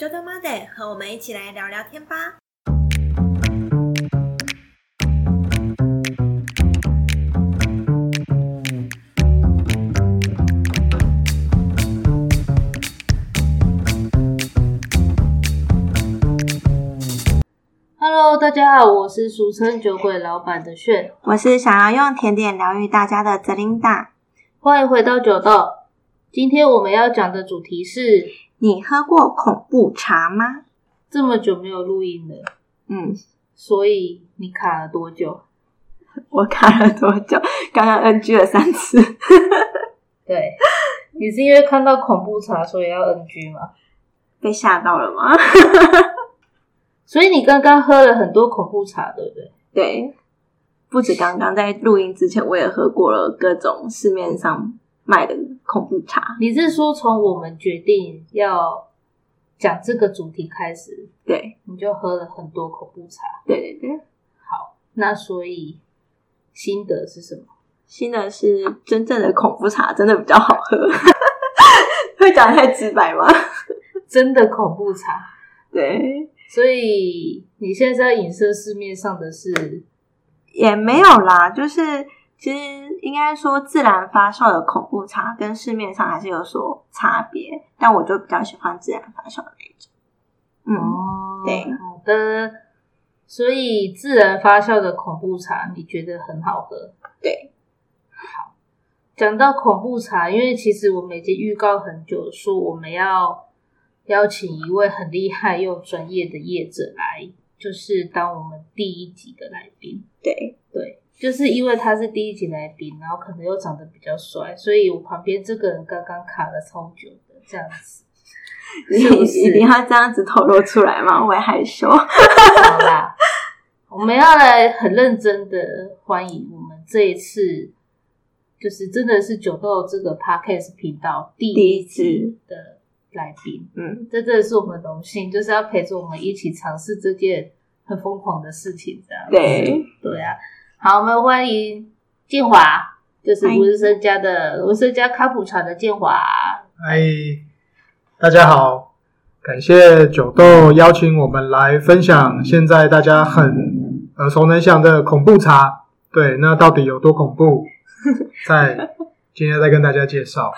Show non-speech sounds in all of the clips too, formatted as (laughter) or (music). j o d o Monday，和我们一起来聊聊天吧。 Hello，大家好，我是俗称酒鬼老板的炫，我是想要用甜点疗愈大家的泽琳达。欢迎回到酒道。今天我们要讲的主题是你喝过恐怖茶吗？这么久没有录音了，嗯，所以你卡了多久？我看了多久？ (laughs) 刚刚 NG 了三次。 (laughs) (laughs) 对，你是因为看到恐怖茶所以要 NG 吗？被吓到了吗？ (laughs) 所以你刚刚喝了很多恐怖茶，对不对？对，不止刚刚在录音之前，我也喝过了各种市面上卖的恐怖茶。你是说从我们决定要讲这个主题开始，对，你就喝了很多恐怖茶？对对对。那所以心得是什么？新的是真正的恐怖茶，真的比较好喝。 (laughs) 会讲得太直白吗？真的恐怖茶。对，所以你现在在影射市面上的是，也没有啦，就是其实应该说自然发酵的恐怖茶跟市面上还是有所差别，但我就比较喜欢自然发酵的那一种。嗯，哦对好的。所以自然发酵的恐怖茶，你觉得很好喝？对。好，讲到恐怖茶，因为其实我们已经预告很久了，说我们要邀请一位很厉害又专业的业者来，就是当我们第一集的来宾。对，对，就是因为他是第一集来宾，然后可能又长得比较帅，所以我旁边这个人刚刚卡了超久的这样子，是 (laughs) 你不一定是？要这样子透露出来吗？我也害羞。好啦， (laughs) 我们要来很认真的欢迎我们这一次，就是真的是九豆这个 podcast 频道第一集的来宾，嗯，这真的是我们的荣幸，就是要陪着我们一起尝试这件很疯狂的事情，这样 (laughs) 子对，对啊，好，我们欢迎建华，就是欢迎吴世生家的吴世生家康普茶的建华。嗨，大家好，感谢九豆邀请我们来分享现在大家很耳熟能详的恐怖茶。对，那到底有多恐怖？在今天再跟大家介绍。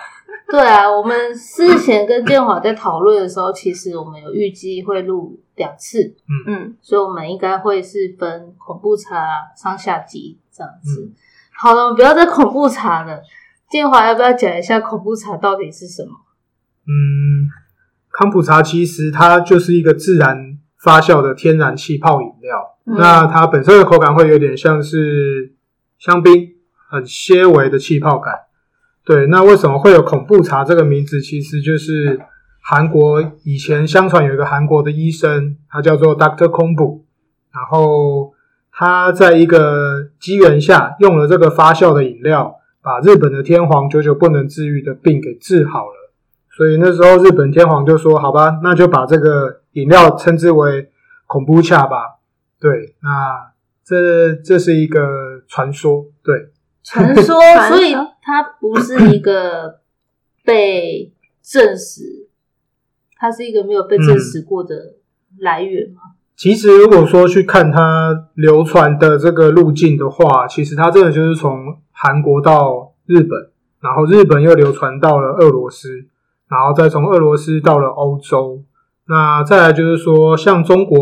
对啊，我们之前跟建华在讨论的时候，其实我们有预计会录两次，嗯，所以我们应该会是分恐怖茶上下集这样子。嗯好了，我们不要再恐怖茶了。建华要不要讲一下恐怖茶到底是什么？嗯，康普茶其实它就是一个自然发酵的天然气泡饮料。嗯那它本身的口感会有点像是香槟，很些微的气泡感。对，那为什么会有恐怖茶这个名字？其实就是韩国以前相传有一个韩国的医生，他叫做 Doctor Kombu，然后他在一个机缘下用了这个发酵的饮料，把日本的天皇久久不能治愈的病给治好了。所以那时候日本天皇就说：“好吧，那就把这个饮料称之为恐怖恰吧。”对，那这这是一个传说。对， (laughs) 传说传，说所以它不是一个被证实，它是一个没有被证实过的来源嘛？其实如果说去看它流传的这个路径的话，其实它真的就是从韩国到日本，然后日本又流传到了俄罗斯，然后再从俄罗斯到了欧洲。那再来就是说，像中国，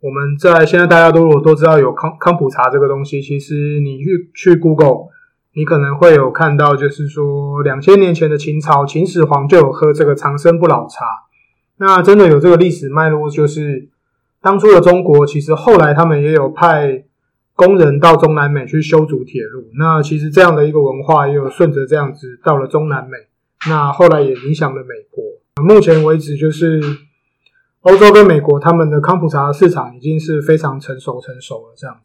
我们在现在大家都如果都知道有康康普茶这个东西，其实你去去 Google，你可能会有看到，就是说两千年前的秦朝秦始皇就有喝这个长生不老茶。那真的有这个历史脉络，就是当初的中国，其实后来他们也有派工人到中南美去修筑铁路。那其实这样的一个文化，也有顺着这样子到了中南美。那后来也影响了美国。目前为止，就是欧洲跟美国他们的康普茶市场已经是非常成熟成熟了。这样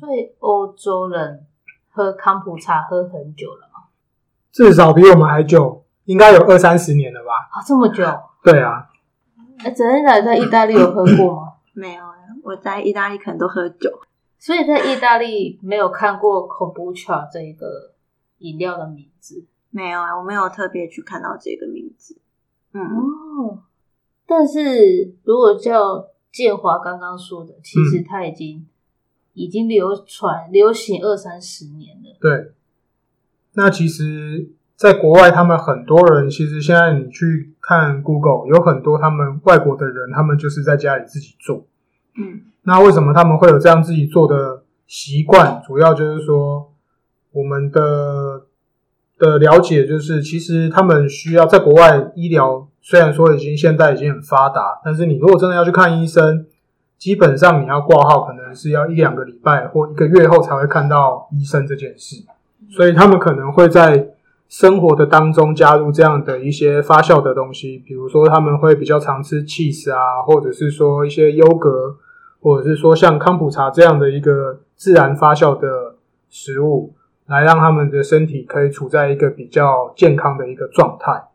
所以欧洲人喝康普茶喝很久了嘛？至少比我们还久，应该有二三十年了吧？啊，这么久？对啊，哎，泽恩仔在意大利有喝过吗？没有，啊我在意大利可能都喝酒。 (coughs) 所以在意大利没有看过恐怖茶这一个饮料的名字没有啊，我没有特别去看到这个名字。嗯，哦。但是如果叫建华刚刚说的，其实它已经、已经流传流行二三十年了。对，那其实，在国外，他们很多人其实现在你去看 Google，有很多他们外国的人，他们就是在家里自己做。嗯那为什么他们会有这样自己做的习惯？主要就是说，我们的的了解就是，其实他们需要在国外医疗，虽然说已经现在已经很发达，但是你如果真的要去看医生，基本上你要挂号，可能是要一两个礼拜或一个月后才会看到医生这件事。所以他们可能会在生活的当中加入这样的一些发酵的东西，比如说他们会比较常吃 cheese 啊，或者是说一些优格，或者是说像康普茶这样的一个自然发酵的食物，来让他们的身体可以处在一个比较健康的一个状态。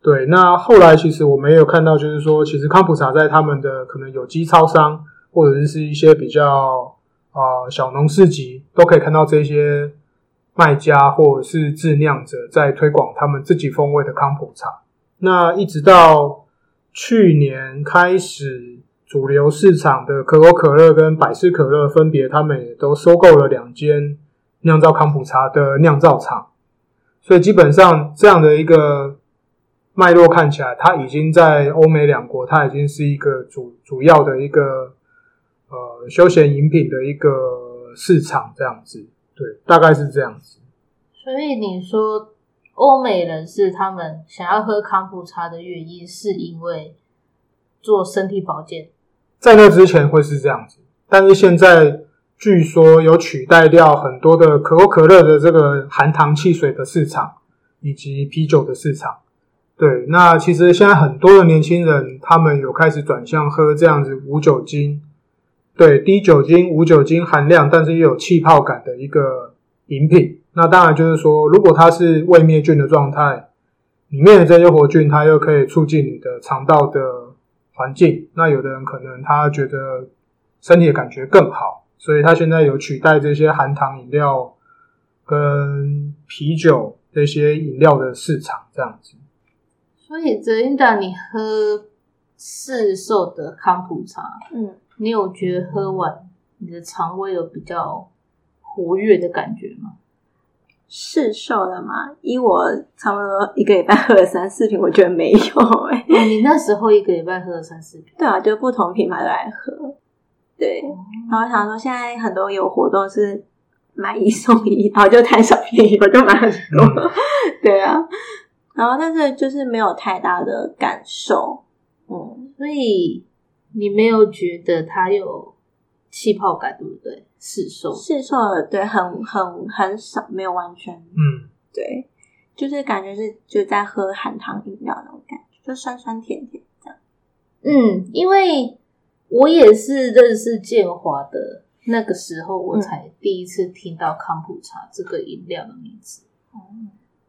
对，那后来其实我们也有看到，就是说，其实康普茶在他们的可能有机超商，或者是一些比较呃小农市集，都可以看到这些卖家或者是制酿者在推广他们自己风味的康普茶。那一直到去年开始，主流市场的可口可乐跟百事可乐分别，他们也都收购了两间酿造康普茶的酿造厂，所以基本上这样的一个脉络看起来，它已经在欧美两国，它已经是一个主主要的一个呃休闲饮品的一个市场，这样子，对，大概是这样子。所以你说欧美人士他们想要喝康普茶的原因，是因为做身体保健。在那之前会是这样子，但是现在据说有取代掉很多的可口可乐的这个含糖汽水的市场，以及啤酒的市场。对，那其实现在很多的年轻人，他们有开始转向喝这样子无酒精、对低酒精、无酒精含量，但是又有气泡感的一个饮品。那当然就是说，如果它是未灭菌的状态，里面的这些活菌，它又可以促进你的肠道的环境。那有的人可能他觉得身体的感觉更好，所以他现在有取代这些含糖饮料跟啤酒这些饮料的市场这样子。所以泽英达，你喝市售的康普茶，嗯，你有觉得喝完你的肠胃有比较活跃的感觉吗？是瘦了吗？依我差不多一个礼拜喝了三四瓶，我觉得没有哎、哦你那时候一个礼拜喝了三四瓶，对啊，就不同品牌的来喝。对，然后我想说现在很多有活动是买一送一，然后就贪小便宜，我就买很多。 (laughs) 对啊，然后但是就是没有太大的感受。嗯，所以你没有觉得它有气泡感，对不对？市售试售了，对，很很很少，没有完全嗯，对，就是感觉是就在喝含糖饮料那种感觉，就酸酸甜甜这样。嗯，因为我也是认识建华的那个时候，我才第一次听到康普茶这个饮料的名字。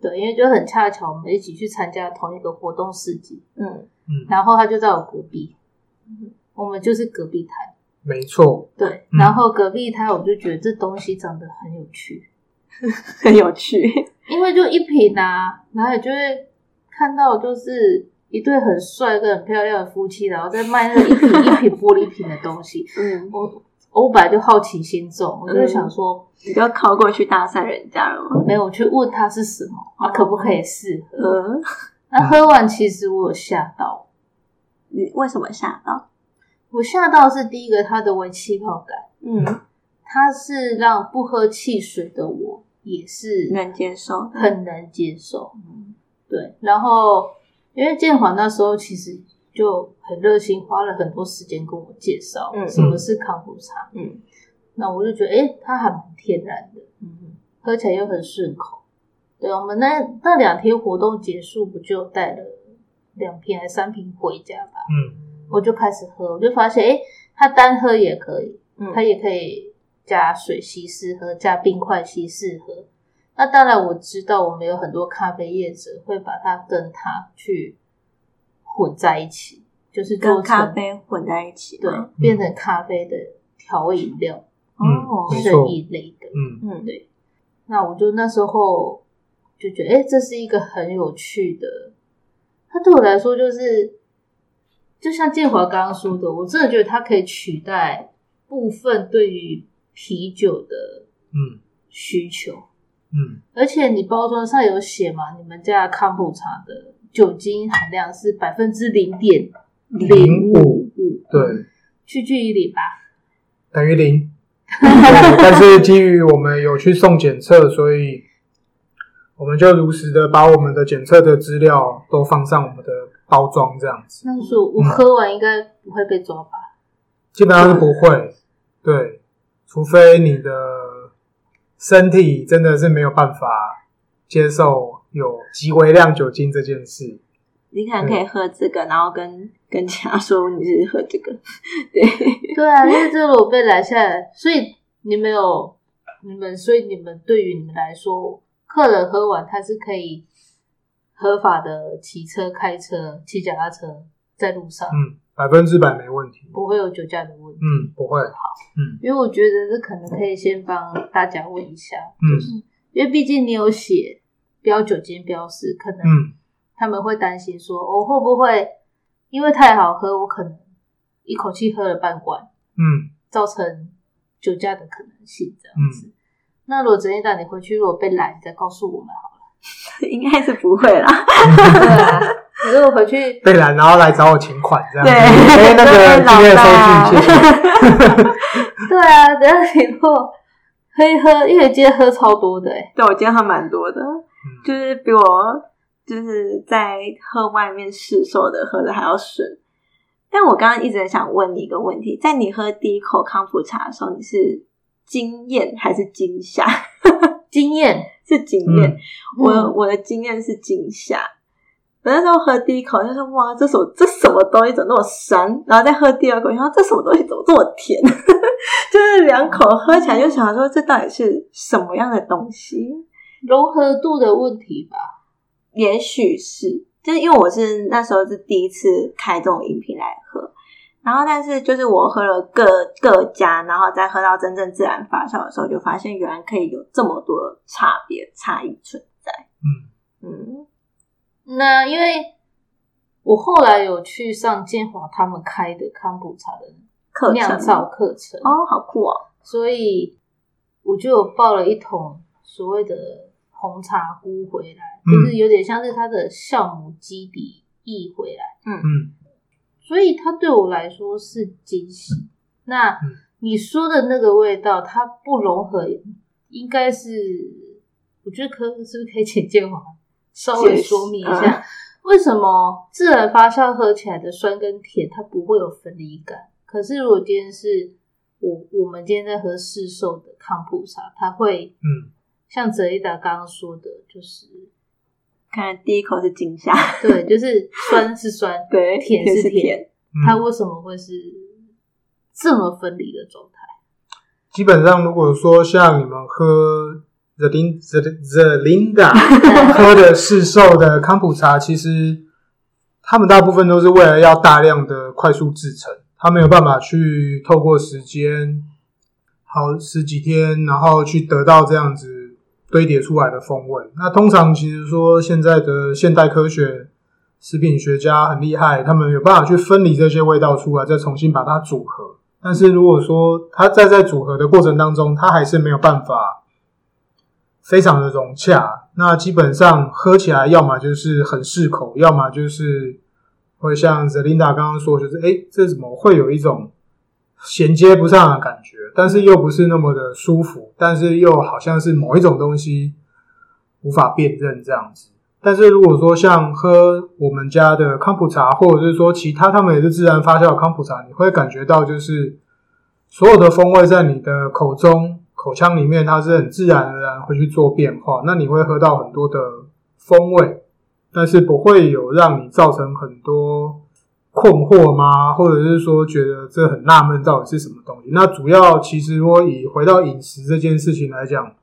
对，因为就很恰巧，我们一起去参加同一个活动市集，嗯，嗯，然后他就在我隔壁嗯，我们就是隔壁台。没错，对，嗯然后隔壁台我就觉得这东西长得很有趣，很有趣。因为就一瓶啊，然后你就会看到就是一对很帅跟很漂亮的夫妻，然后在卖那个一瓶一瓶玻璃瓶的东西， (laughs) 嗯，我我本来就好奇心重，我就想说， (laughs) 你就靠过去搭讪人家了吗？没有我去问他是什么，啊，可不可以试喝？嗯，那喝完其实我有吓到，你为什么吓到？我吓到是第一个它的微气泡感，嗯，它是让不喝汽水的我也是能接受的。很难接受。嗯对，然后因为建华那时候其实就很热心，花了很多时间跟我介绍嗯什么是康普茶。嗯那我就觉得，哎、它还蛮天然的，嗯喝起来又很顺口。对，我们那那两天活动结束，不就带了两瓶还三瓶回家吧？嗯，我就开始喝，我就发现，哎、它单喝也可以，嗯它也可以加水稀释喝，加冰块稀释喝。那当然，我知道我们有很多咖啡业者会把它跟它去混在一起，就是做跟咖成啡混在一起对吗，变成咖啡的调味饮料、哦嗯，没生错，意类的。嗯嗯对那我就那时候就觉得，哎、这是一个很有趣的。它对我来说就是就像建华刚刚说的，我真的觉得它可以取代部分对于啤酒的嗯需求。嗯而且你包装上有写嘛，你们家的康普茶的酒精含量是百分之零点零五五，对，趋近于零吧。等于 (laughs) 零。对但是基于我们有去送检测，所以我们就如实的把我们的检测的资料都放上我们的包装，这样子那是我喝完应该不会被抓吧？基本上是不会。对，除非你的身体真的是没有办法接受有极微量酒精这件事。你可能可以喝这个，然后跟跟其他说你是喝这个， (laughs) 对， (laughs) 对啊，因为这个我被拦下来，所以你们有你们，所以你们对于你们来说，客人喝完他是可以合法的骑车、开车、骑脚踏车在路上，嗯，百分之百没问题。不会有酒驾的问题。嗯，不会。嗯因为我觉得这可能可以先帮大家问一下，嗯因为毕竟你有写标酒精标示，可能嗯他们会担心说，我、哦、会不会因为太好喝，我可能一口气喝了半罐，嗯造成酒驾的可能性这样子。那如果整天打你回去，如果被拦，你再告诉我 (laughs) 们好了。应该是不会啦。 (laughs) 对啊，你如果回去，被拦，然后来找我请款这样 (laughs) 子。对哎，那个今天的收据，谢谢。对啊，等下你如果喝一喝，因为你今天喝超多的、欸，对我今天喝蛮多的，就是比我就是在喝外面市售的喝的还要顺。但我刚刚一直很想问你一个问题，在你喝第一口康普茶的时候，你是惊艳还是惊吓？ (laughs) 经验。是惊艳，我嗯我的经验是惊吓。我那时候喝第一口就说：“哇，这什么这什么东西怎么那么酸？”然后再喝第二口，然后这什么东西怎么这么甜？ (laughs) 就是两口喝起来就想说，这到底是什么样的东西？融合度的问题吧。也许是，就是因为我是那时候是第一次开这种饮品来喝，然后但是就是我喝了各各家，然后再喝到真正自然发酵的时候，就发现原来可以有这么多差别差异存在。嗯嗯，那因为我后来有去上建华他们开的康普茶的课程酿造课程，哦，好酷哦！所以我就有抱了一桶所谓的红茶菇回来，嗯就是有点像是它的酵母基底溢回来，嗯所以它对我来说是惊喜。那嗯你说的那个味道，它不融合，应该是我觉得可是不是可以请建华稍微说明一嗯下，为什么自然发酵喝起来的酸跟甜它不会有分离感？可是如果今天是我我们今天在喝市售的康普茶，它会嗯像泽一达刚刚说的，就是看来第一口是惊吓，，对，就是酸是酸 (laughs) 对，甜是是甜，嗯，它为什么会是这么分离的状态？基本上如果说像你们喝 The Lin The The Linda 喝的市售的康普茶，其实他们大部分都是为了要大量的快速制成，他没有办法去透过时间好十几天，然后去得到这样子堆叠出来的风味。那通常其实说现在的现代科学食品学家很厉害，他们有办法去分离这些味道出来，再重新把它组合。但是如果说它在在组合的过程当中，它还是没有办法非常的融洽，那基本上喝起来要么就是很适口，要么就是会像 Zelinda 刚刚说，就是诶，这怎么会有一种衔接不上的感觉，但是又不是那么的舒服，但是又好像是某一种东西无法辨认这样子。但是如果说像喝我们家的康普茶，或者是说其他他们也是自然发酵的康普茶，你会感觉到就是所有的风味在你的口中、口腔里面，它是很自然而然会去做变化。那你会喝到很多的风味，但是不会有让你造成很多困惑吗？或者是说觉得这很纳闷到底是什么东西？那主要其实如果以回到饮食这件事情来讲，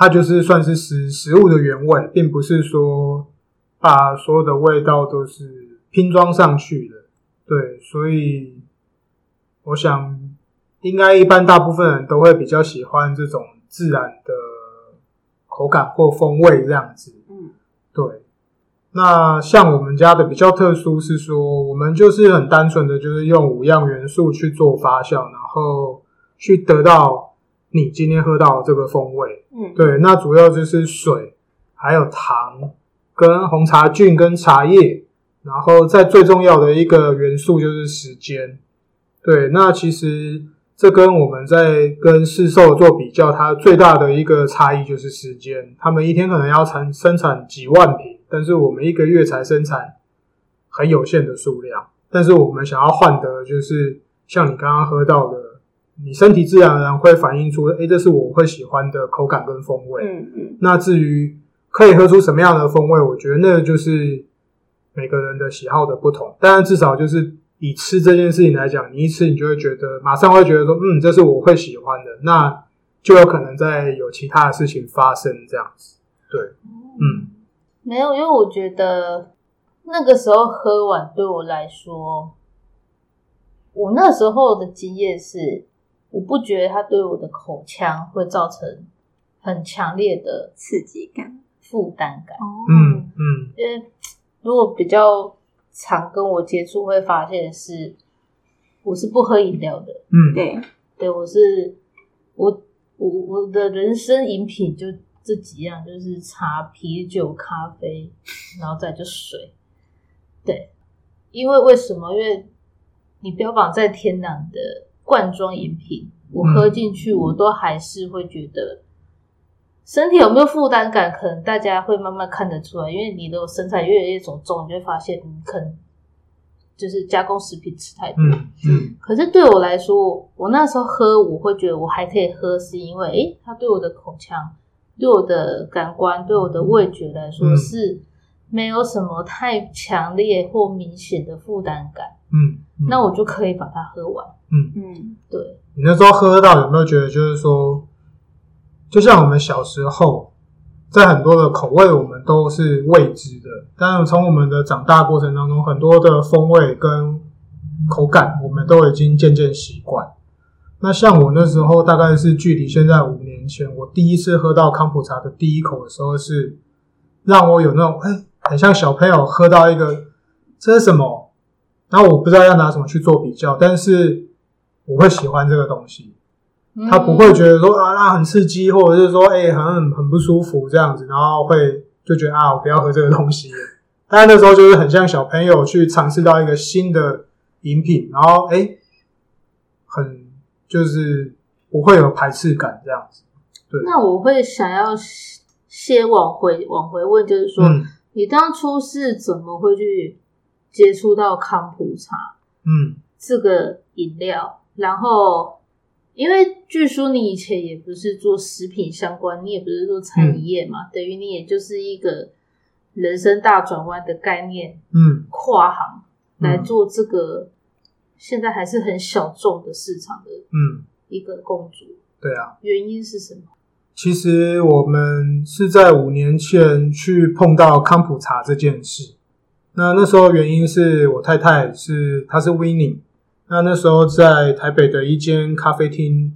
它就是算是食食物的原味，并不是说把所有的味道都是拼装上去的。对，所以我想应该一般大部分人都会比较喜欢这种自然的口感或风味这样子。嗯，对，那像我们家的比较特殊是说，我们就是很单纯的就是用五样元素去做发酵，然后去得到你今天喝到的这个风味。嗯，对，那主要就是水，还有糖，跟红茶菌跟茶叶，然后再最重要的一个元素就是时间。对，那其实这跟我们在跟市售做比较，它最大的一个差异就是时间。他们一天可能要产生产几万瓶，但是我们一个月才生产很有限的数量。但是我们想要换得就是像你刚刚喝到的，你身体自然而然会反映出，诶，这是我会喜欢的口感跟风味。嗯嗯那至于可以喝出什么样的风味，我觉得那个就是每个人的喜好的不同。当然，至少就是以吃这件事情来讲，你一吃你就会觉得马上会觉得说，嗯，这是我会喜欢的，那就有可能在有其他的事情发生这样子。对，嗯，没有，因为我觉得那个时候喝完对我来说，我那时候的经验是，我不觉得它对我的口腔会造成很强烈的刺激感。负担感。哦嗯嗯因为如果比较常跟我接触，会发现是我是不喝饮料的，嗯，对，对，我是我我我的人生饮品就这几样，就是茶、啤酒、咖啡，然后再就水。对，因为为什么？因为你标榜在天然的罐装饮品，我喝进去，我都还是会觉得。身体有没有负担感，可能大家会慢慢看得出来，因为你的身材越来越走重，你就会发现你可能就是加工食品吃太多，嗯嗯可是对我来说，我那时候喝，我会觉得我还可以喝，是因为诶，它对我的口腔、对我的感官、对我的味觉来说嗯是没有什么太强烈或明显的负担感，嗯，嗯那我就可以把它喝完。嗯对，你那时候喝到有没有觉得，就是说，就像我们小时候，在很多的口味我们都是未知的，但是从我们的长大过程当中，很多的风味跟口感，我们都已经渐渐习惯。那像我那时候，大概是距离现在五年前，我第一次喝到康普茶的第一口的时候是，让我有那种哎、很像小朋友喝到一个这是什么，然后我不知道要拿什么去做比较，但是我会喜欢这个东西。嗯他不会觉得说啊，那很刺激，或者是说哎、很很不舒服这样子，然后会就觉得啊，我不要喝这个东西了。 (laughs) 但是那时候就是很像小朋友去尝试到一个新的饮品，然后哎、很就是不会有排斥感这样子。对，嗯那我会想要先往回往回问，就是说，嗯你当初是怎么会去接触到康普茶？嗯这个饮料，然后因为据说你以前也不是做食品相关，你也不是做餐饮业嗯嘛，等于你也就是一个人生大转弯的概念，嗯跨行嗯来做这个现在还是很小众的市场的嗯，一个公主，对啊。原因是什么？其实我们是在五年前去碰到康普茶这件事。那那时候原因是我太太是她是 w i n n i 那那时候在台北的一间咖啡厅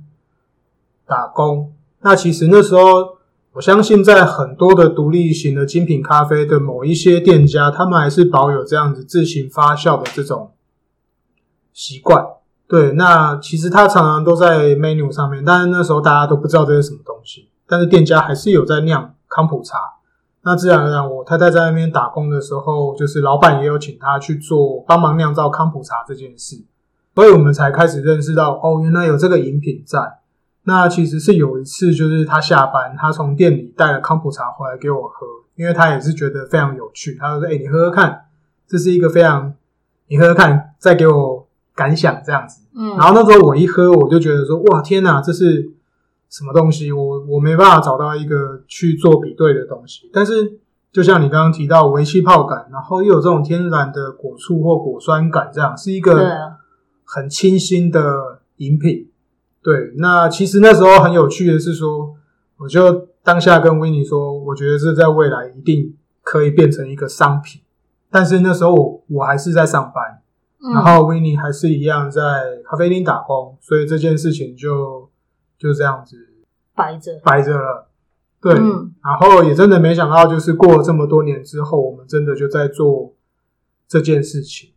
打工。那其实那时候我相信在很多的独立型的精品咖啡的某一些店家，他们还是保有这样子自行发酵的这种习惯。对，那其实它常常都在 menu 上面，但是那时候大家都不知道这是什么东西，但是店家还是有在酿康普茶。那自然而然，我太太在那边打工的时候，就是老板也有请她去做帮忙酿造康普茶这件事，所以我们才开始认识到，哦，原来有这个饮品在。那其实是有一次，就是他下班，他从店里带了康普茶回来给我喝，因为他也是觉得非常有趣，他就说：“哎、你喝喝看，这是一个非常，你喝喝看，再给我感想这样子。”嗯然后那时候我一喝，我就觉得说，哇，天哪，这是什么东西？我我没办法找到一个去做比对的东西。但是就像你刚刚提到微气泡感，然后又有这种天然的果醋或果酸感，这样是一对个啊，很清新的饮品。对，那其实那时候很有趣的是说，我就当下跟维尼说，我觉得这在未来一定可以变成一个商品。但是那时候我我还是在上班，然后维尼还是一样在咖啡厅打工，所以这件事情就就这样子摆着，摆着了。对，嗯然后也真的没想到，就是过了这么多年之后，我们真的就在做这件事情，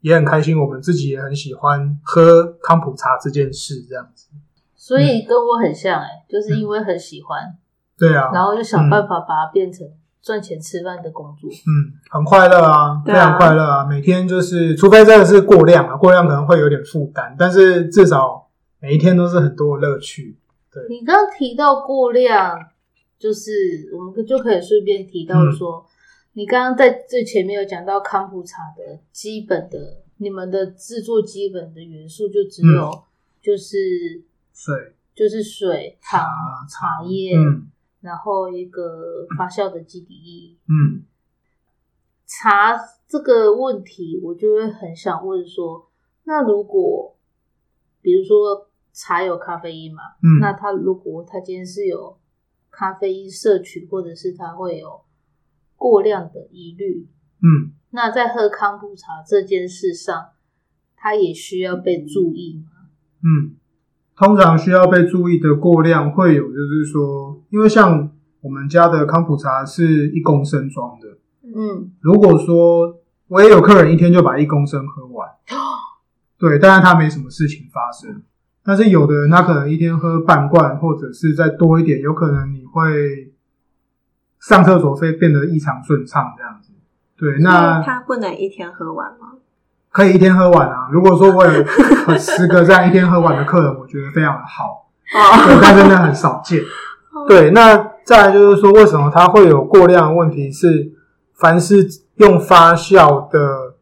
也很开心，我们自己也很喜欢喝康普茶这件事，这样子。所嗯以跟我很像哎、就是因为很喜欢，对啊，然后就想办法把它变成赚钱吃饭的工作。嗯，很快乐啊，非对啊常快乐啊，每天就是，除非真的是过量啊，过量可能会有点负担，但是至少每一天都是很多的乐趣。你刚刚提到过量，就是我们就可以顺便提到说，你刚刚在最前面有讲到康普茶的基本的，你们的制作基本的元素就只有就是、水就是水、糖、啊，茶叶，嗯然后一个发酵的基底液。嗯茶这个问题，我就会很想问说，那如果比如说茶有咖啡因嘛，嗯，那它如果它今天是有咖啡因摄取，或者是它会有过量的疑虑，嗯，那在喝康普茶这件事上，它也需要被注意吗？嗯，通常需要被注意的过量会有，就是说，因为像我们家的康普茶是一公升装的，嗯，如果说我也有客人一天就把一公升喝 (gasps) 完，对，但是他没什么事情发生。但是有的人他可能一天喝半罐，或者是再多一点，有可能你会上厕所会变得异常顺畅这样子。对，那所以它不能一天喝完吗？可以一天喝完啊。如果说我有呃十个这样一天喝完的客人，我觉得非常的好，哦，对，但真的很少见。对，那再来就是说，为什么它会有过量的问题是，凡是用发酵的，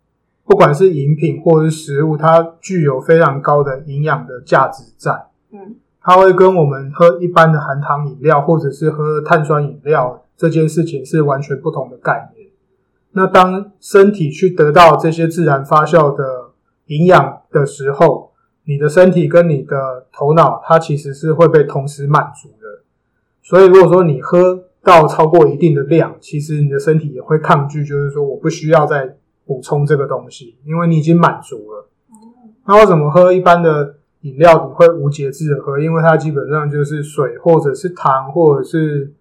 不管是饮品或是食物，它具有非常高的营养的价值在。嗯，它会跟我们喝一般的含糖饮料或者是喝碳酸饮料这件事情是完全不同的概念。那当身体去得到这些自然发酵的营养的时候，你的身体跟你的头脑，它其实是会被同时满足的。所以如果说你喝到超过一定的量，其实你的身体也会抗拒，就是说我不需要再补充这个东西，因为你已经满足了。那为什么喝一般的饮料你会无节制的喝？因为它基本上就是水或者是糖或者是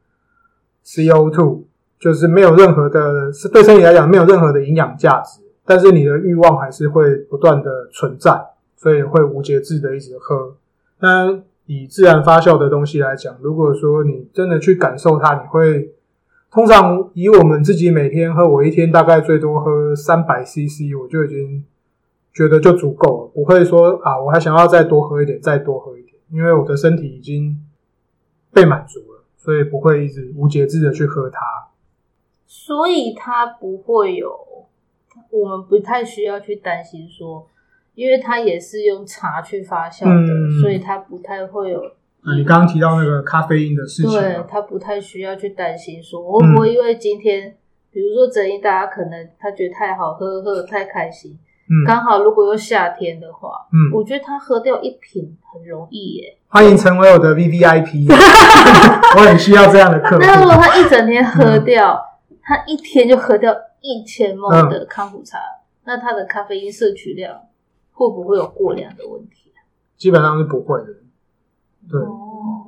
CO2，就是没有任何的，是对身体来讲没有任何的营养价值，但是你的欲望还是会不断的存在，所以会无节制的一直喝。那以自然发酵的东西来讲，如果说你真的去感受它，你会通常以我们自己每天喝，我一天大概最多喝三百 CC，我就已经觉得就足够了，不会说啊，我还想要再多喝一点，再多喝一点，因为我的身体已经被满足了，所以不会一直无节制的去喝它。所以它不会有，我们不太需要去担心说，因为它也是用茶去发酵的，嗯所以它不太会有啊，你刚刚提到那个咖啡因的事情嗯对啊，他不太需要去担心说会嗯不会因为今天，比如说整一大家可能他觉得太好喝，喝得太开心，嗯刚好如果又夏天的话，嗯，我觉得他喝掉一瓶很容易耶。欢迎成为我的 V V (laughs) I P，我很需要这样的客户。那如果他一整天喝掉，他一天就喝掉一千梦嗯的康普茶，那他的咖啡因摄取量会不会有过量的问题啊？基本上是不会的。对，哦，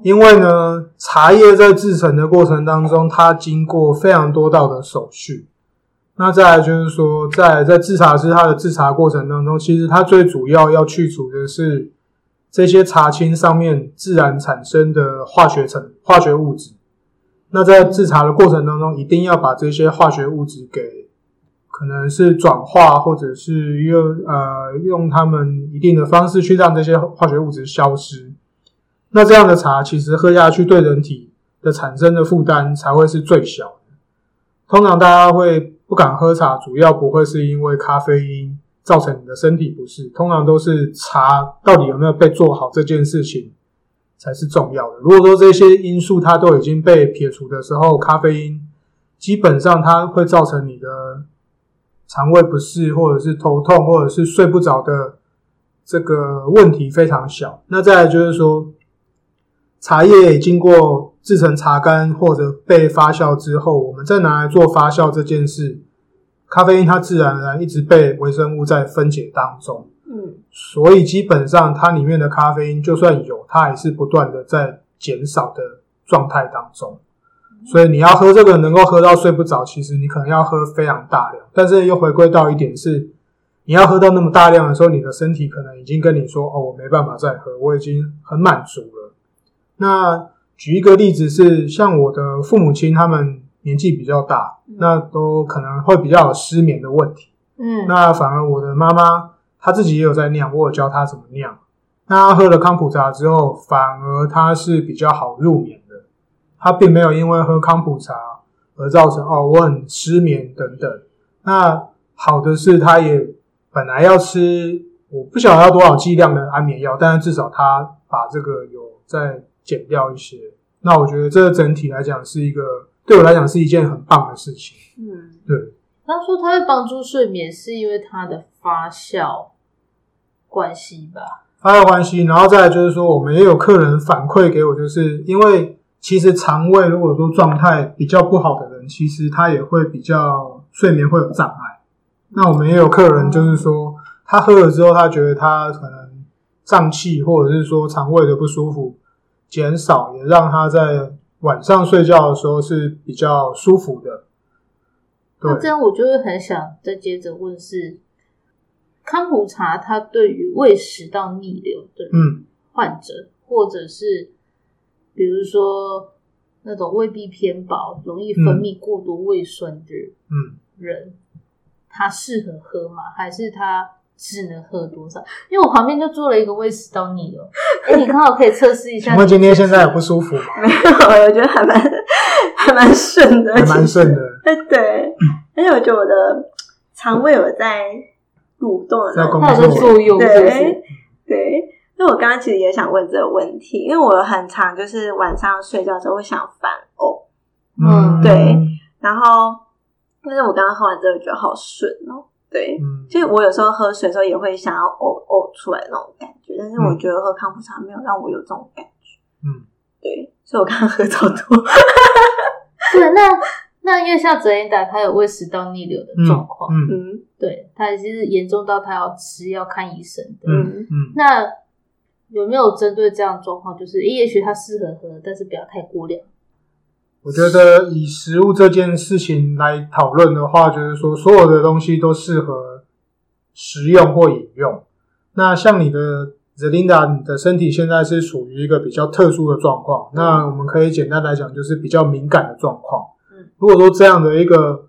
因为呢，茶叶在制成的过程当中，它经过非常多道的手续。那再来就是说，在在制茶师他的制茶过程当中，其实他最主要要去除的是这些茶青上面自然产生的化学成化学物质。那在制茶的过程当中，一定要把这些化学物质给可能是转化，或者是用呃用他们一定的方式去让这些化学物质消失。那这样的茶其实喝下去对人体的产生的负担才会是最小的。通常大家会不敢喝茶，主要不会是因为咖啡因造成你的身体不适，通常都是茶到底有没有被做好这件事情才是重要的。如果说这些因素它都已经被撇除的时候，咖啡因基本上它会造成你的肠胃不适，或者是头痛，或者是睡不着的这个问题非常小。那再来就是说，茶叶经过制成茶干或者被发酵之后，我们再拿来做发酵这件事，咖啡因它自然而然一直被微生物在分解当中，嗯，所以基本上它里面的咖啡因就算有，它也是不断的在减少的状态当中。所以你要喝这个能够喝到睡不着，其实你可能要喝非常大量。但是又回归到一点是，你要喝到那么大量的时候，你的身体可能已经跟你说：“哦，我没办法再喝，我已经很满足了。”那举一个例子是，像我的父母亲他们年纪比较大，那都可能会比较有失眠的问题。嗯，那反而我的妈妈她自己也有在酿，我有教她怎么酿。那她喝了康普茶之后，反而她是比较好入眠的，她并没有因为喝康普茶而造成哦我很失眠等等。那好的是，她也本来要吃我不晓得要多少剂量的安眠药，但是至少她把这个有再减掉一些。那我觉得这整体来讲是一个对我来讲是一件很棒的事情。嗯，对，他说他会帮助睡眠，是因为它的发酵关系吧？发酵关系，然后再来就是说，我们也有客人反馈给我，就是因为其实肠胃如果说状态比较不好的人，其实他也会比较睡眠会有障碍。那我们也有客人就是说，他喝了之后，他觉得他可能胀气，或者是说肠胃的不舒服减少，也让他在晚上睡觉的时候是比较舒服的。对那，这样我就会很想再接着问是，康普茶它对于胃食道逆流的嗯。患者，或者是比如说那种胃壁偏薄、容易分泌过多胃酸的嗯人，他适合喝吗？还是他只能喝多少？因为我旁边就坐了一个胃食道 (laughs) 逆流，哎、你刚好可以测试一下。请问今天现在有不舒服吗？没有， (laughs) 我觉得还蛮 (laughs) 还蛮顺的，还蛮其实顺的，哎，对，而且我觉得我的肠胃有在蠕动的那在种工它有在作用，是不是对对，因为我刚刚其实也想问这个问题，因为我很常就是晚上睡觉之后会想反呕，嗯对然后但是我刚刚喝完之后觉得好顺哦，对，嗯，就是我有时候喝水的时候也会想要呕呕出来那种感觉，但是我觉得喝康普茶没有让我有这种感觉，嗯，对，所以我刚刚喝超多，对，那那因为像泽连达，他有胃食道逆流的状况，嗯嗯对他其实严重到他要吃药看医生的。嗯嗯那有没有针对这样的状况，就是诶也许他适合喝，但是不要太过量。我觉得以食物这件事情来讨论的话，就是说所有的东西都适合食用或饮用。那像你的 Zelinda，你的身体现在是属于一个比较特殊的状况，那我们可以简单来讲，就是比较敏感的状况嗯。如果说这样的一个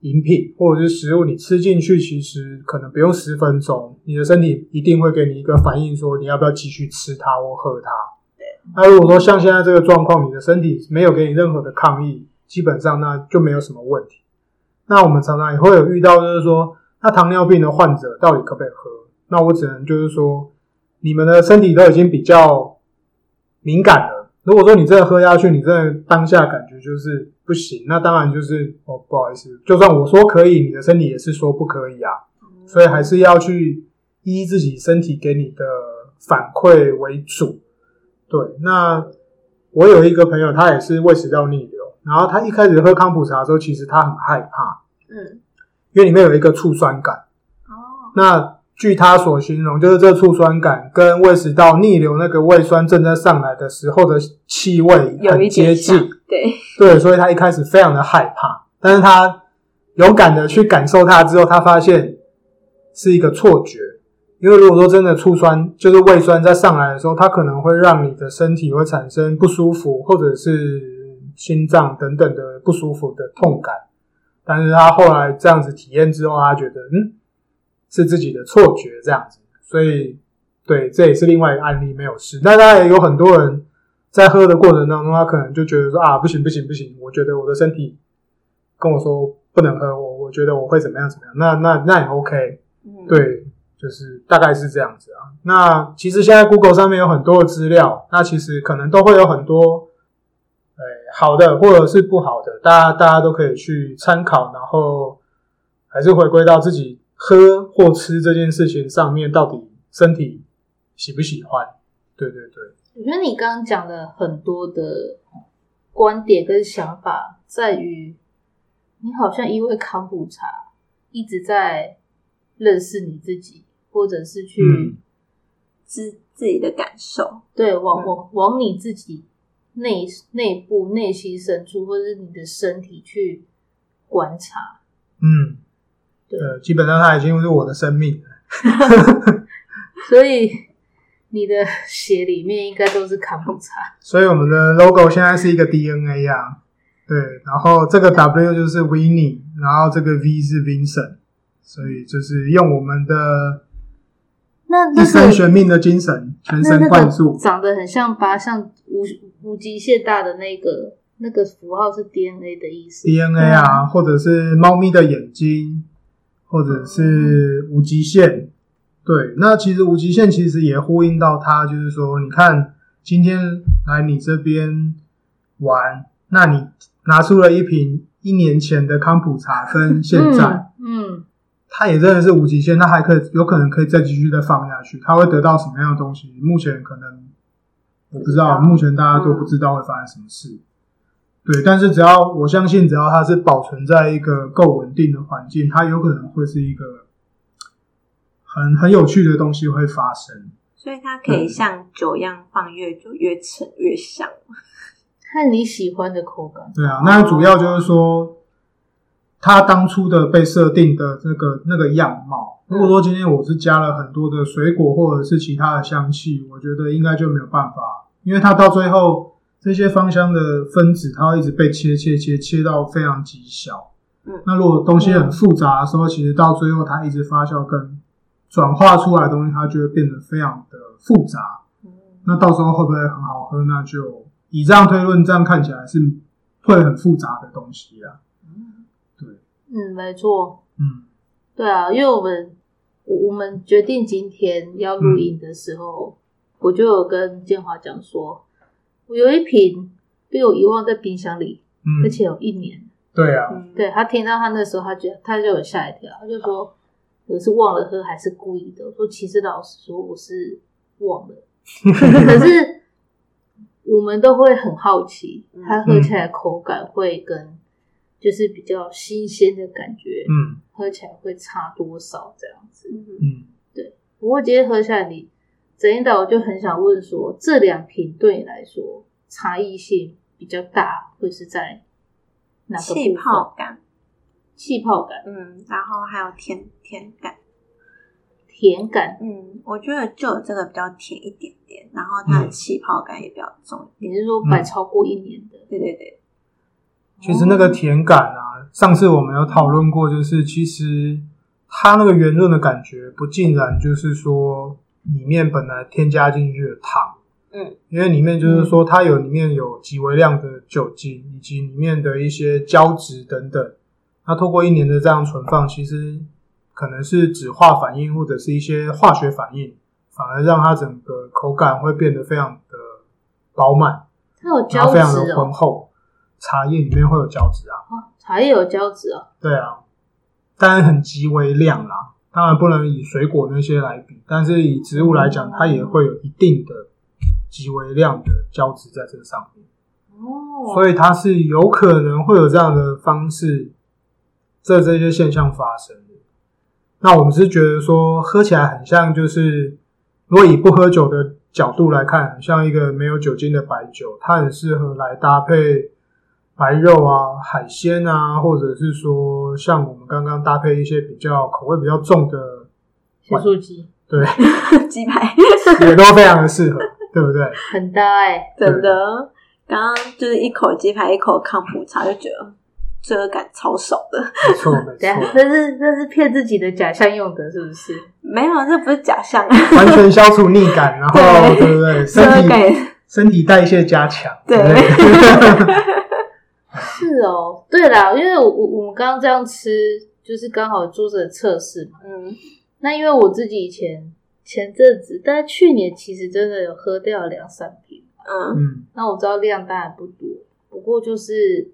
饮品或者是食物，你吃进去，其实可能不用十分钟，你的身体一定会给你一个反应，说你要不要继续吃它或喝它。那如果说像现在这个状况，你的身体没有给你任何的抗议，基本上那就没有什么问题。那我们常常也会有遇到，就是说，那糖尿病的患者到底可不可以喝？那我只能就是说，你们的身体都已经比较敏感了。如果说你真的喝下去，你真的当下感觉就是不行，那当然就是哦，不好意思，就算我说可以，你的身体也是说不可以啊。嗯所以还是要去依自己身体给你的反馈为主。对，那我有一个朋友，他也是胃食道逆流，然后他一开始喝康普茶的时候，其实他很害怕，嗯，因为里面有一个醋酸感。哦，那据他所形容，就是这醋酸感跟胃食道逆流那个胃酸正在上来的时候的气味有很一接点像近。，对，对，所以他一开始非常的害怕，但是他勇敢的去感受它之后，他发现是一个错觉，因为如果说真的醋酸就是胃酸在上来的时候，它可能会让你的身体会产生不舒服，或者是心脏等等的不舒服的痛感。但是他后来这样子体验之后，他觉得嗯是自己的错觉这样子，所以对，这也是另外一个案例没有事。那当然也有很多人在喝的过程当中，他可能就觉得说啊，不行不行不行，我觉得我的身体跟我说不能喝，我我觉得我会怎么样怎么样，那那那也 OK，嗯，对，就是大概是这样子啊。那其实现在 Google 上面有很多的资料，那其实可能都会有很多。呃好的或者是不好的，大家大家都可以去参考，然后还是回归到自己喝或吃这件事情上面，到底身体喜不喜欢？对对对，我觉得你刚刚讲的很多的观点跟想法，在于你好像因为康普茶一直在认识你自己，或者是去、嗯知自己的感受，对往嗯往往你自己内内部内心深处，或者是你的身体去观察。嗯，对呃，基本上它已经是我的生命了。所以你的血里面应该都是卡布茶，所以我们的 logo 现在是一个 DNA 啊，对，然后这个 W 就是 Winnie，然后这个 V 是 Vincent，所以就是用我们的那那一生个悬命的精神，全那神那贯个注。长得很像八像无无极蟹大的那个那个符号是 DNA 的意思。 DNA 啊，或者是猫咪的眼睛，或者是无极限。对，那其实无极限其实也呼应到它，就是说，你看今天来你这边玩，那你拿出了一瓶一年前的康普茶，跟现在、嗯，嗯，它也真的是无极限，那还可以有可能可以再继续再放下去，它会得到什么样的东西？目前可能我不知道，不知道目前大家都不知道会发生什么事。对，但是只要我相信，只要它是保存在一个够稳定的环境，它有可能会是一个很很有趣的东西会发生。所以它可以嗯像酒一样放越久越沉越香。看你喜欢的口感。对啊，那主要就是说，它当初的被设定的那个那个样貌。如果说今天我是加了很多的水果或者是其他的香气，我觉得应该就没有办法，因为它到最后这些芳香的分子，它会一直被切切切切到非常极小。嗯那如果东西很复杂的时候，其实到最后它一直发酵跟转化出来的东西，它就会变得非常的复杂。嗯那到时候会不会很好喝？那就以这样推论，这样看起来是会很复杂的东西啊。嗯，没错。嗯对啊，因为我们我我们决定今天要录音的时候，我就有跟建华讲说，我有一瓶被我遗忘在冰箱里，嗯而，且有一年。对啊，嗯，对他听到他那时候，他觉得他就有吓一跳，他就说我是忘了喝还是故意的。我说其实老实说我是忘了，可是我们都会很好奇，嗯它喝起来口感会跟就是比较新鲜的感觉，嗯喝起来会差多少这样子。嗯，嗯不过今天喝下来，你整一岛我就很想问说，这两瓶对你来说差异性比较大，会是在哪个部分气泡感，气泡感、嗯，然后还有甜甜感，甜感？嗯，我觉得就有这个比较甜一点点，然后嗯它的气泡感也比较重一点。你是说摆超过一年的？哦对对对， (laughs) 其嗯实那个甜感啊，上次我们有讨论过，就是其实它那个圆润的感觉，不尽然就是说里面本来添加进去的糖，嗯，因为里面就是说它有里面有极微量的酒精，以及里面的一些胶质等等。那透过一年的这样存放，其实可能是酯化反应或者是一些化学反应，反而让它整个口感会变得非常的饱满，它有然胶后非常的质浑哦，厚。茶叶里面会有胶质啊，啊茶叶有胶质哦，对啊，当然很极为量啦，当然不能以水果那些来比，但是以植物来讲，它也会有一定的极为量的胶质在这上面，哦，所以它是有可能会有这样的方式，这这些现象发生的。那我们是觉得说，喝起来很像就是，如果以不喝酒的角度来看，很像一个没有酒精的白酒，它很适合来搭配白肉啊、海鲜啊，或者是说像我们刚刚搭配一些比较口味比较重的， (laughs) 小素鸡对，鸡排也都非常的适合，对不对？很搭哎、真的，刚刚就是一口鸡排，一口康普茶，就觉得罪恶感超少的。没错，等没一下错，那是那是骗自己的假象用的，是不是？没有，这不是假象，完全消除逆感，然后对对不对？罪身恶感体身体代谢加强，对不是哦，对啦，因为我我我们刚刚这样吃，就是刚好做这个测试嘛。嗯那因为我自己以前前阵子，但去年其实真的有喝掉两三瓶，嗯嗯那我知道量当然不多，不过就是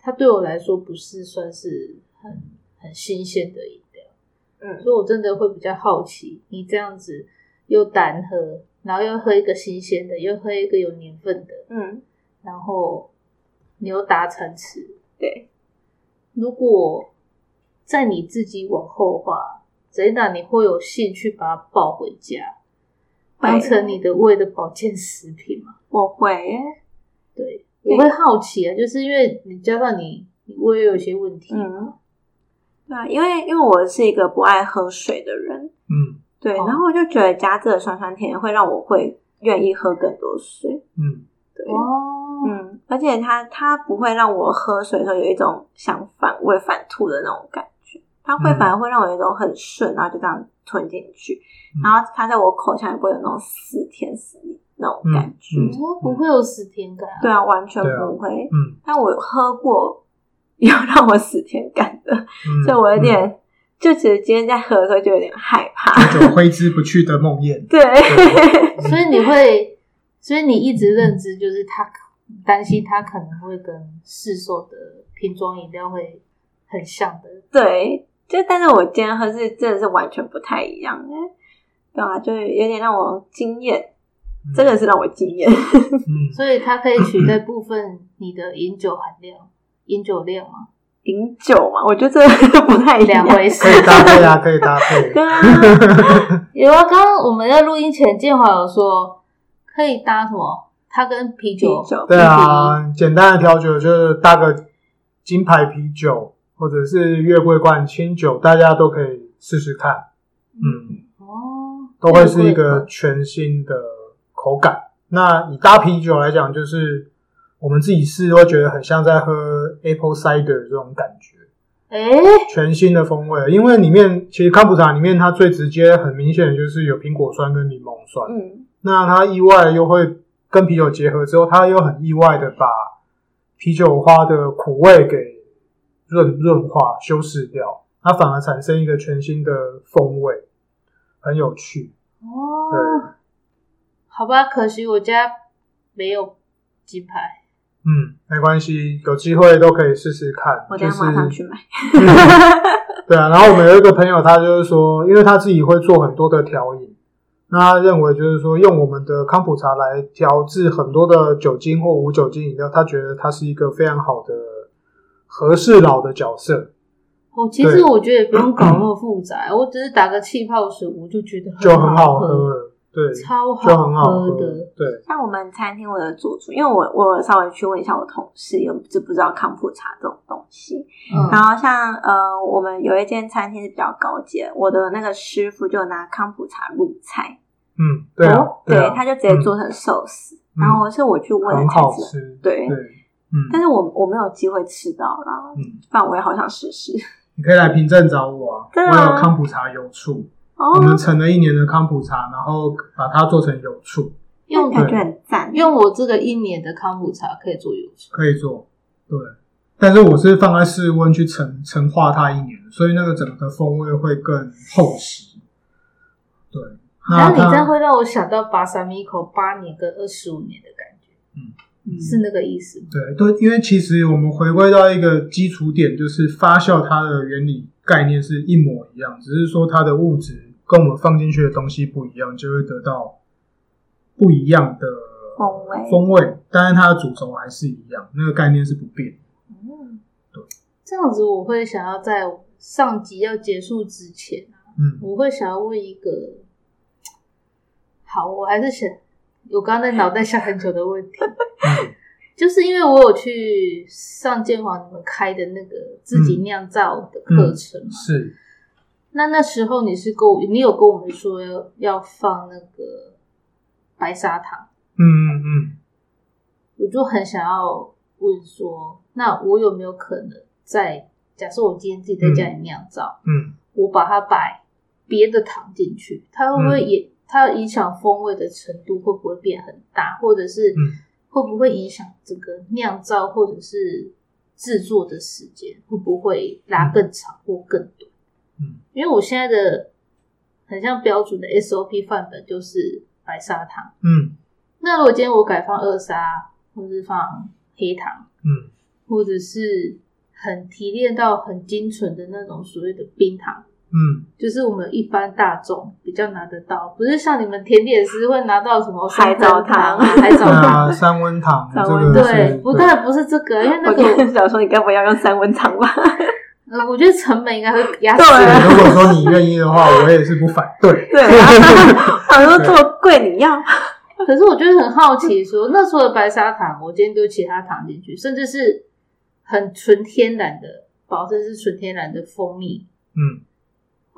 它对我来说不是算是很很新鲜的饮料，嗯，所以我真的会比较好奇，你这样子又单喝，然后又喝一个新鲜的，又喝一个有年份的，嗯，然后你又搭餐吃，对，如果在你自己往后的话，贼打你会有兴趣把它抱回家，会当成你的胃的保健食品吗？我会耶，对，我会好奇啊，就是因为你加上你，我也有一些问题，嗯，对啊，因为因为我是一个不爱喝水的人，嗯对，哦然后我就觉得加这个酸酸甜甜会让我会愿意喝更多水，嗯，对，哦，嗯，而且它它不会让我喝水的时候有一种想反胃反吐的那种感觉，它会嗯反而会让我有一种很顺，然后就这样吞进去，嗯然后它在我口腔也不会有那种死甜死腻那种感觉，嗯我哦不会有死甜感啊，对啊，完全对啊不会。嗯但我有喝过有让我死甜感的，嗯，所以我有点、嗯就其实今天在喝的时候就有点害怕，久久挥之不去的梦魇。对。所以你会，所以你一直认知就是它担心它可能会跟市售的瓶装饮料会很像的，对，就但是我今天喝是真的是完全不太一样哎，对啊，就有点让我惊艳，嗯真的是让我惊艳。 (laughs) 嗯，所以它可以取代部分你的饮酒含量、饮酒量嘛，饮酒嘛，我觉得这个不太一样两。回事可。哎以搭配啊，可以搭 (laughs) 配。对啊， (laughs) 有啊，刚刚我们在录音前，建华有说可以搭什么？它跟啤啤酒，酒，对啊，简单的调酒就是搭个金牌啤酒或者是月桂冠清酒，大家都可以试试看。嗯，哦，都会是一个全新的口感。那以搭啤酒来讲，就是我们自己试会觉得很像在喝 apple cider 这种感觉。哎，全新的风味，因为里面其实康普茶里面它最直接、很明显的就是有苹果酸跟柠檬 (laughs) 酸，嗯，那它意外又会跟啤酒结合之后，它又很意外的把啤酒花的苦味给润润化、修饰掉，它反而产生一个全新的风味，很有趣。哦，好吧，可惜我家没有鸡排。嗯，没关系，有机会都可以试试看。我等就一是下马上去买。 (laughs) 对啊，然后我们有一个朋友，他就是说，因为他自己会做很多的调饮，那他认为就是说，用我们的康普茶来调制很多的酒精或无酒精饮料，他觉得它是一个非常好的合适老的角色，我哦其实对我觉得也不用搞那么复杂，我只是打个气泡水，我就觉得就很好好喝，嗯了，对，就超很好喝喝的。，对，像我们餐厅，我有做出，因为我我有稍微去问一下我同事，有知不知道康普茶这种东西。然嗯，后像呃，我们有一间餐厅是比较高级的，我的那个师傅就拿康普茶入菜，嗯，对啊，哦哦对，啊，他就直接做成寿司，嗯然后是我去问很才好知道，吃，对对，但嗯，是我我没有机会吃到啦，嗯不然我也好想试试。你可以来凭证找我啊，对啊我有康普茶油醋，哦我，们盛了一年的康普茶，然后把它做成油醋，用用感觉很赞，用我这个一年的康普茶可以做油脂，可以做，对。但是我是放在室温去陈陈化它一年，所以那个整个风味会更厚实。对，然那后你这样它会让我想到巴萨米口八年跟二十五年的感觉，嗯是那个意思吗？对对，因为其实我们回归到一个基础点，就是发酵它的原理概念是一模一样，只是说它的物质跟我们放进去的东西不一样，就会得到不一样的风味风味，但是它的主轴还是一样，那个概念是不变的。嗯，这样子我会想要在上集要结束之前啊嗯我会想要问一个，好，我还是想，我刚刚在脑袋想很久的问题，嗯就是因为我有去上建华你们开的那个自己酿造的课程嘛，是，那那时候你是跟我，你有跟我们说要要放那个白砂糖，嗯嗯嗯我就很想要问说，那我有没有可能在假设我今天自己在家里酿造，嗯，我把它摆别的糖进去，它会不会嗯也、它影响风味的程度会不会变很大，或者是嗯会不会影响整个酿造或者是制作的时间，会不会拉更长或更短？嗯，因为我现在的很像标准的 SOP 范本就是白砂糖，嗯那如果今天我改放二砂，或是放黑糖，嗯或者是很提炼到很精纯的那种所谓的冰糖。嗯就是我们一般大众比较拿得到，不是像你们甜点师会拿到什么海藻糖糖啊、海藻对啊， (laughs) 糖，三温糖，三这温个糖啊是对，不但不是这个，因为那我个刚刚想说，你该不会要用三温糖吧？呃，我觉得成本应该会压死对对人。如果 (laughs) (laughs) 说你愿意的话，我也是不反对。对啊，我想说这么贵，你要？可是我觉得很好奇说那除了白砂糖，我今天丢其他糖进去，甚至是很纯天然的，保证是纯天然的蜂蜜，嗯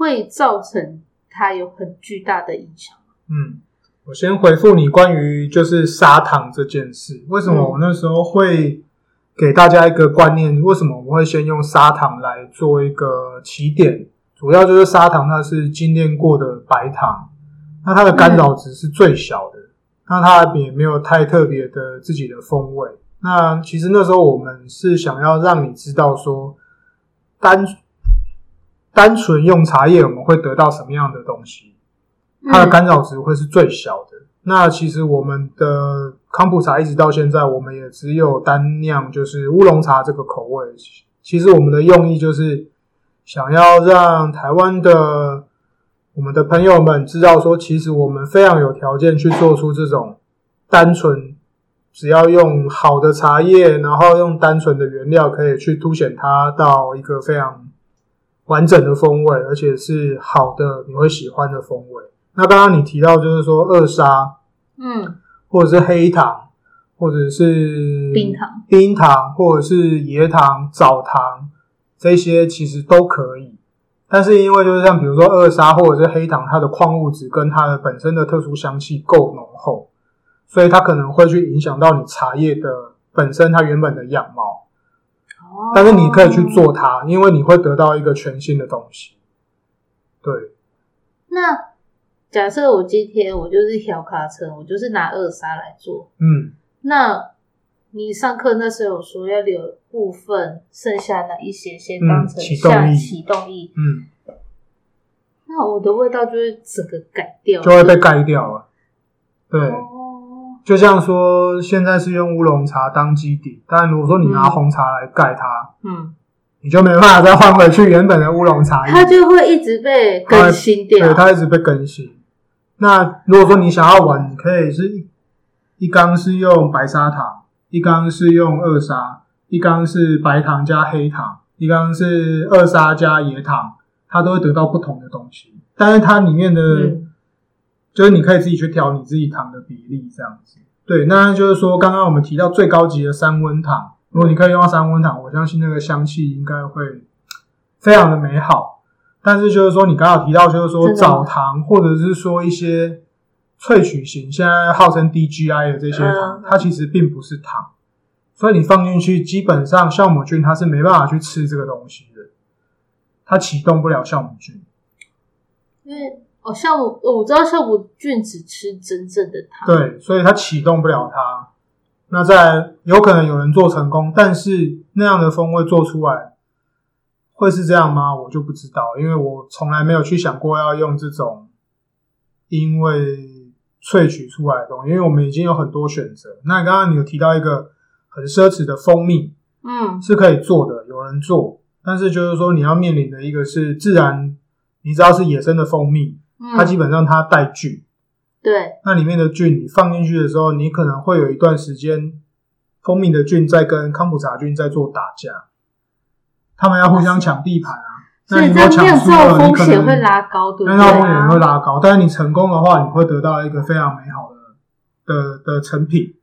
会造成它有很巨大的影响。嗯，我先回复你关于就是砂糖这件事，为什嗯么我那时候会给大家一个观念？为什么我会先用砂糖来做一个起点？主要就是砂糖它是精炼过的白糖，那它的嗯干扰值是最小的，那它也没有太特别的自己的风味。那其实那时候我们是想要让你知道说，单单纯用茶叶我们会得到什么样的东西。它的干扰值会是最小的。那其实我们的康普茶一直到现在，我们也只有单酿就是乌龙茶这个口味。其实我们的用意就是想要让台湾的我们的朋友们知道说，其实我们非常有条件去做出这种单纯，只要用好的茶叶，然后用单纯的原料，可以去凸显它到一个非常完整的风味，而且是好的你会喜欢的风味。那刚刚你提到就是说二砂嗯，或者是黑糖，或者是冰糖、冰糖或者是椰糖、枣糖这些其实都可以。但是因为就是像比如说二砂或者是黑糖，它的矿物质跟它的本身的特殊香气够浓厚，所以它可能会去影响到你茶叶的本身它原本的样貌。哦但是你可以去做它，因为你会得到一个全新的东西。对，那假设我今天我就是小卡车，我就是拿二砂来做。嗯，那你上课那时候有说要留部分，剩下那一些先当嗯成启动下力启动力。嗯，那我的味道就会整个改掉，就会被盖掉了。对，哦，就像说现在是用乌龙茶当基底，但如果说你拿嗯红茶来盖它，嗯，你就没办法再换回去原本的乌龙茶它叶，就会一直被更新掉哎对，。它一直被更新。那如果说你想要玩，你可以是一一缸是用白砂糖，一缸是用二砂，一缸是白糖加黑糖，一缸是二砂加椰糖，它都会得到不同的东西。但是它里面的、嗯就是你可以自己去调你自己糖的比例这样子。对，那就是说，刚刚我们提到最高级的三温糖，如果你可以用到三温糖，我相信那个香气应该会非常的美好。但是就是说，你刚刚有提到就是说真的吗藻糖，或者是说一些萃取型，现在号称 DGI 的这些糖嗯，它其实并不是糖，所以你放进去，基本上酵母菌它是没办法去吃这个东西的，它启动不了酵母菌。因为哦，酵母我知道酵母菌只吃真正的糖，，对，所以它启动不了它。那在有可能有人做成功，但是那样的风味做出来会是这样吗？我就不知道，因为我从来没有去想过要用这种因为萃取出来的东西，因为我们已经有很多选择。那刚刚你有提到一个很奢侈的蜂蜜嗯是可以做的，有人做，但是就是说你要面临的一个是自然，你知道是野生的蜂蜜，它基嗯，本上它带菌，对，那里面的菌你放进去的时候，你可能会有一段时间，蜂蜜的菌在跟康普茶菌在做打架，他们要互相抢地盘啊。所那以你如这果样抢酿输了，造你风可险会能拉高，对不酿造风险会对？拉高，但是你成功的话，你会得到一个非常美好的的的成品。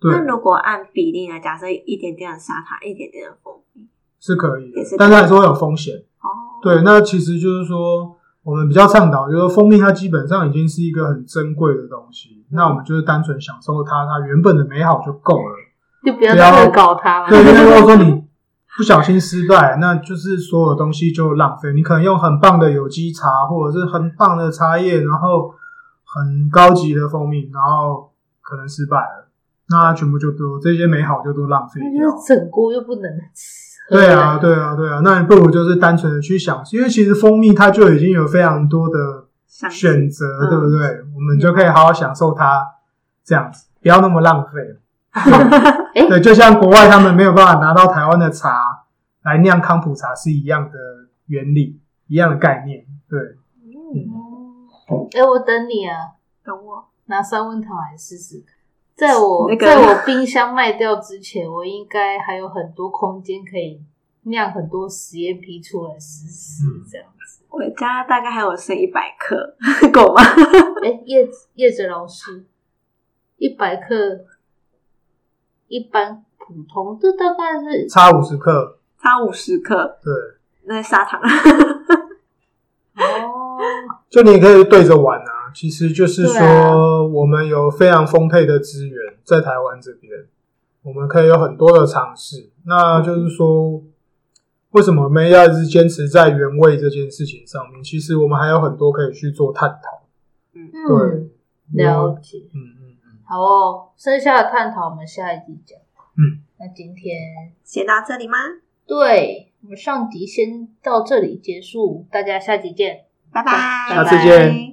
对，那如果按比例呢？假设一点点的砂糖，一点点的蜂蜜，是可以的也是可以，但是还是会有风险。哦，对，那其实就是说，我们比较倡导，就是说蜂蜜它基本上已经是一个很珍贵的东西，那我们就是单纯享受它它原本的美好就够了。就不要不要恶搞它对，了。 (laughs) 因为如果说你不小心失败，那就是所有东西就浪费。你可能用很棒的有机茶，或者是很棒的茶叶，然后很高级的蜂蜜，然后可能失败了，那全部就都这些美好就都浪费那掉就。是整锅又不能吃。对啊，，对啊，对啊，那你不如就是单纯的去享受，因为其实蜂蜜它就已经有非常多的像是选择，嗯对不对？我们就可以好好享受它，这样子不要那么浪费。哎对，就像国外他们没有办法拿到台湾的茶来酿康普茶是一样的原理，一样的概念。对，嗯，哎、我等你啊，等我拿三温糖来试试看。在我、那个在我冰箱卖掉之前，我应该还有很多空间可以酿很多实验批出来试嗯试，这样子。我 (laughs) 家大概还有剩一百克，够吗？哎、叶子叶子老师，一百克，一般普通的大概是差五十克，差五十克，对，那砂糖。 (laughs) 哦，就你可以对着玩啊。其实就是对啊说，我们有非常丰沛的资源在台湾这边，我们可以有很多的尝试。那就是说，为什么梅要一直坚持在原味这件事情上面？其实我们还有很多可以去做探讨。嗯，对了解。嗯嗯嗯，好哦，剩下的探讨我们下一集讲。嗯，那今天写到这里吗？对我们上集先到这里结束，大家下集见。拜拜，下拜次拜见。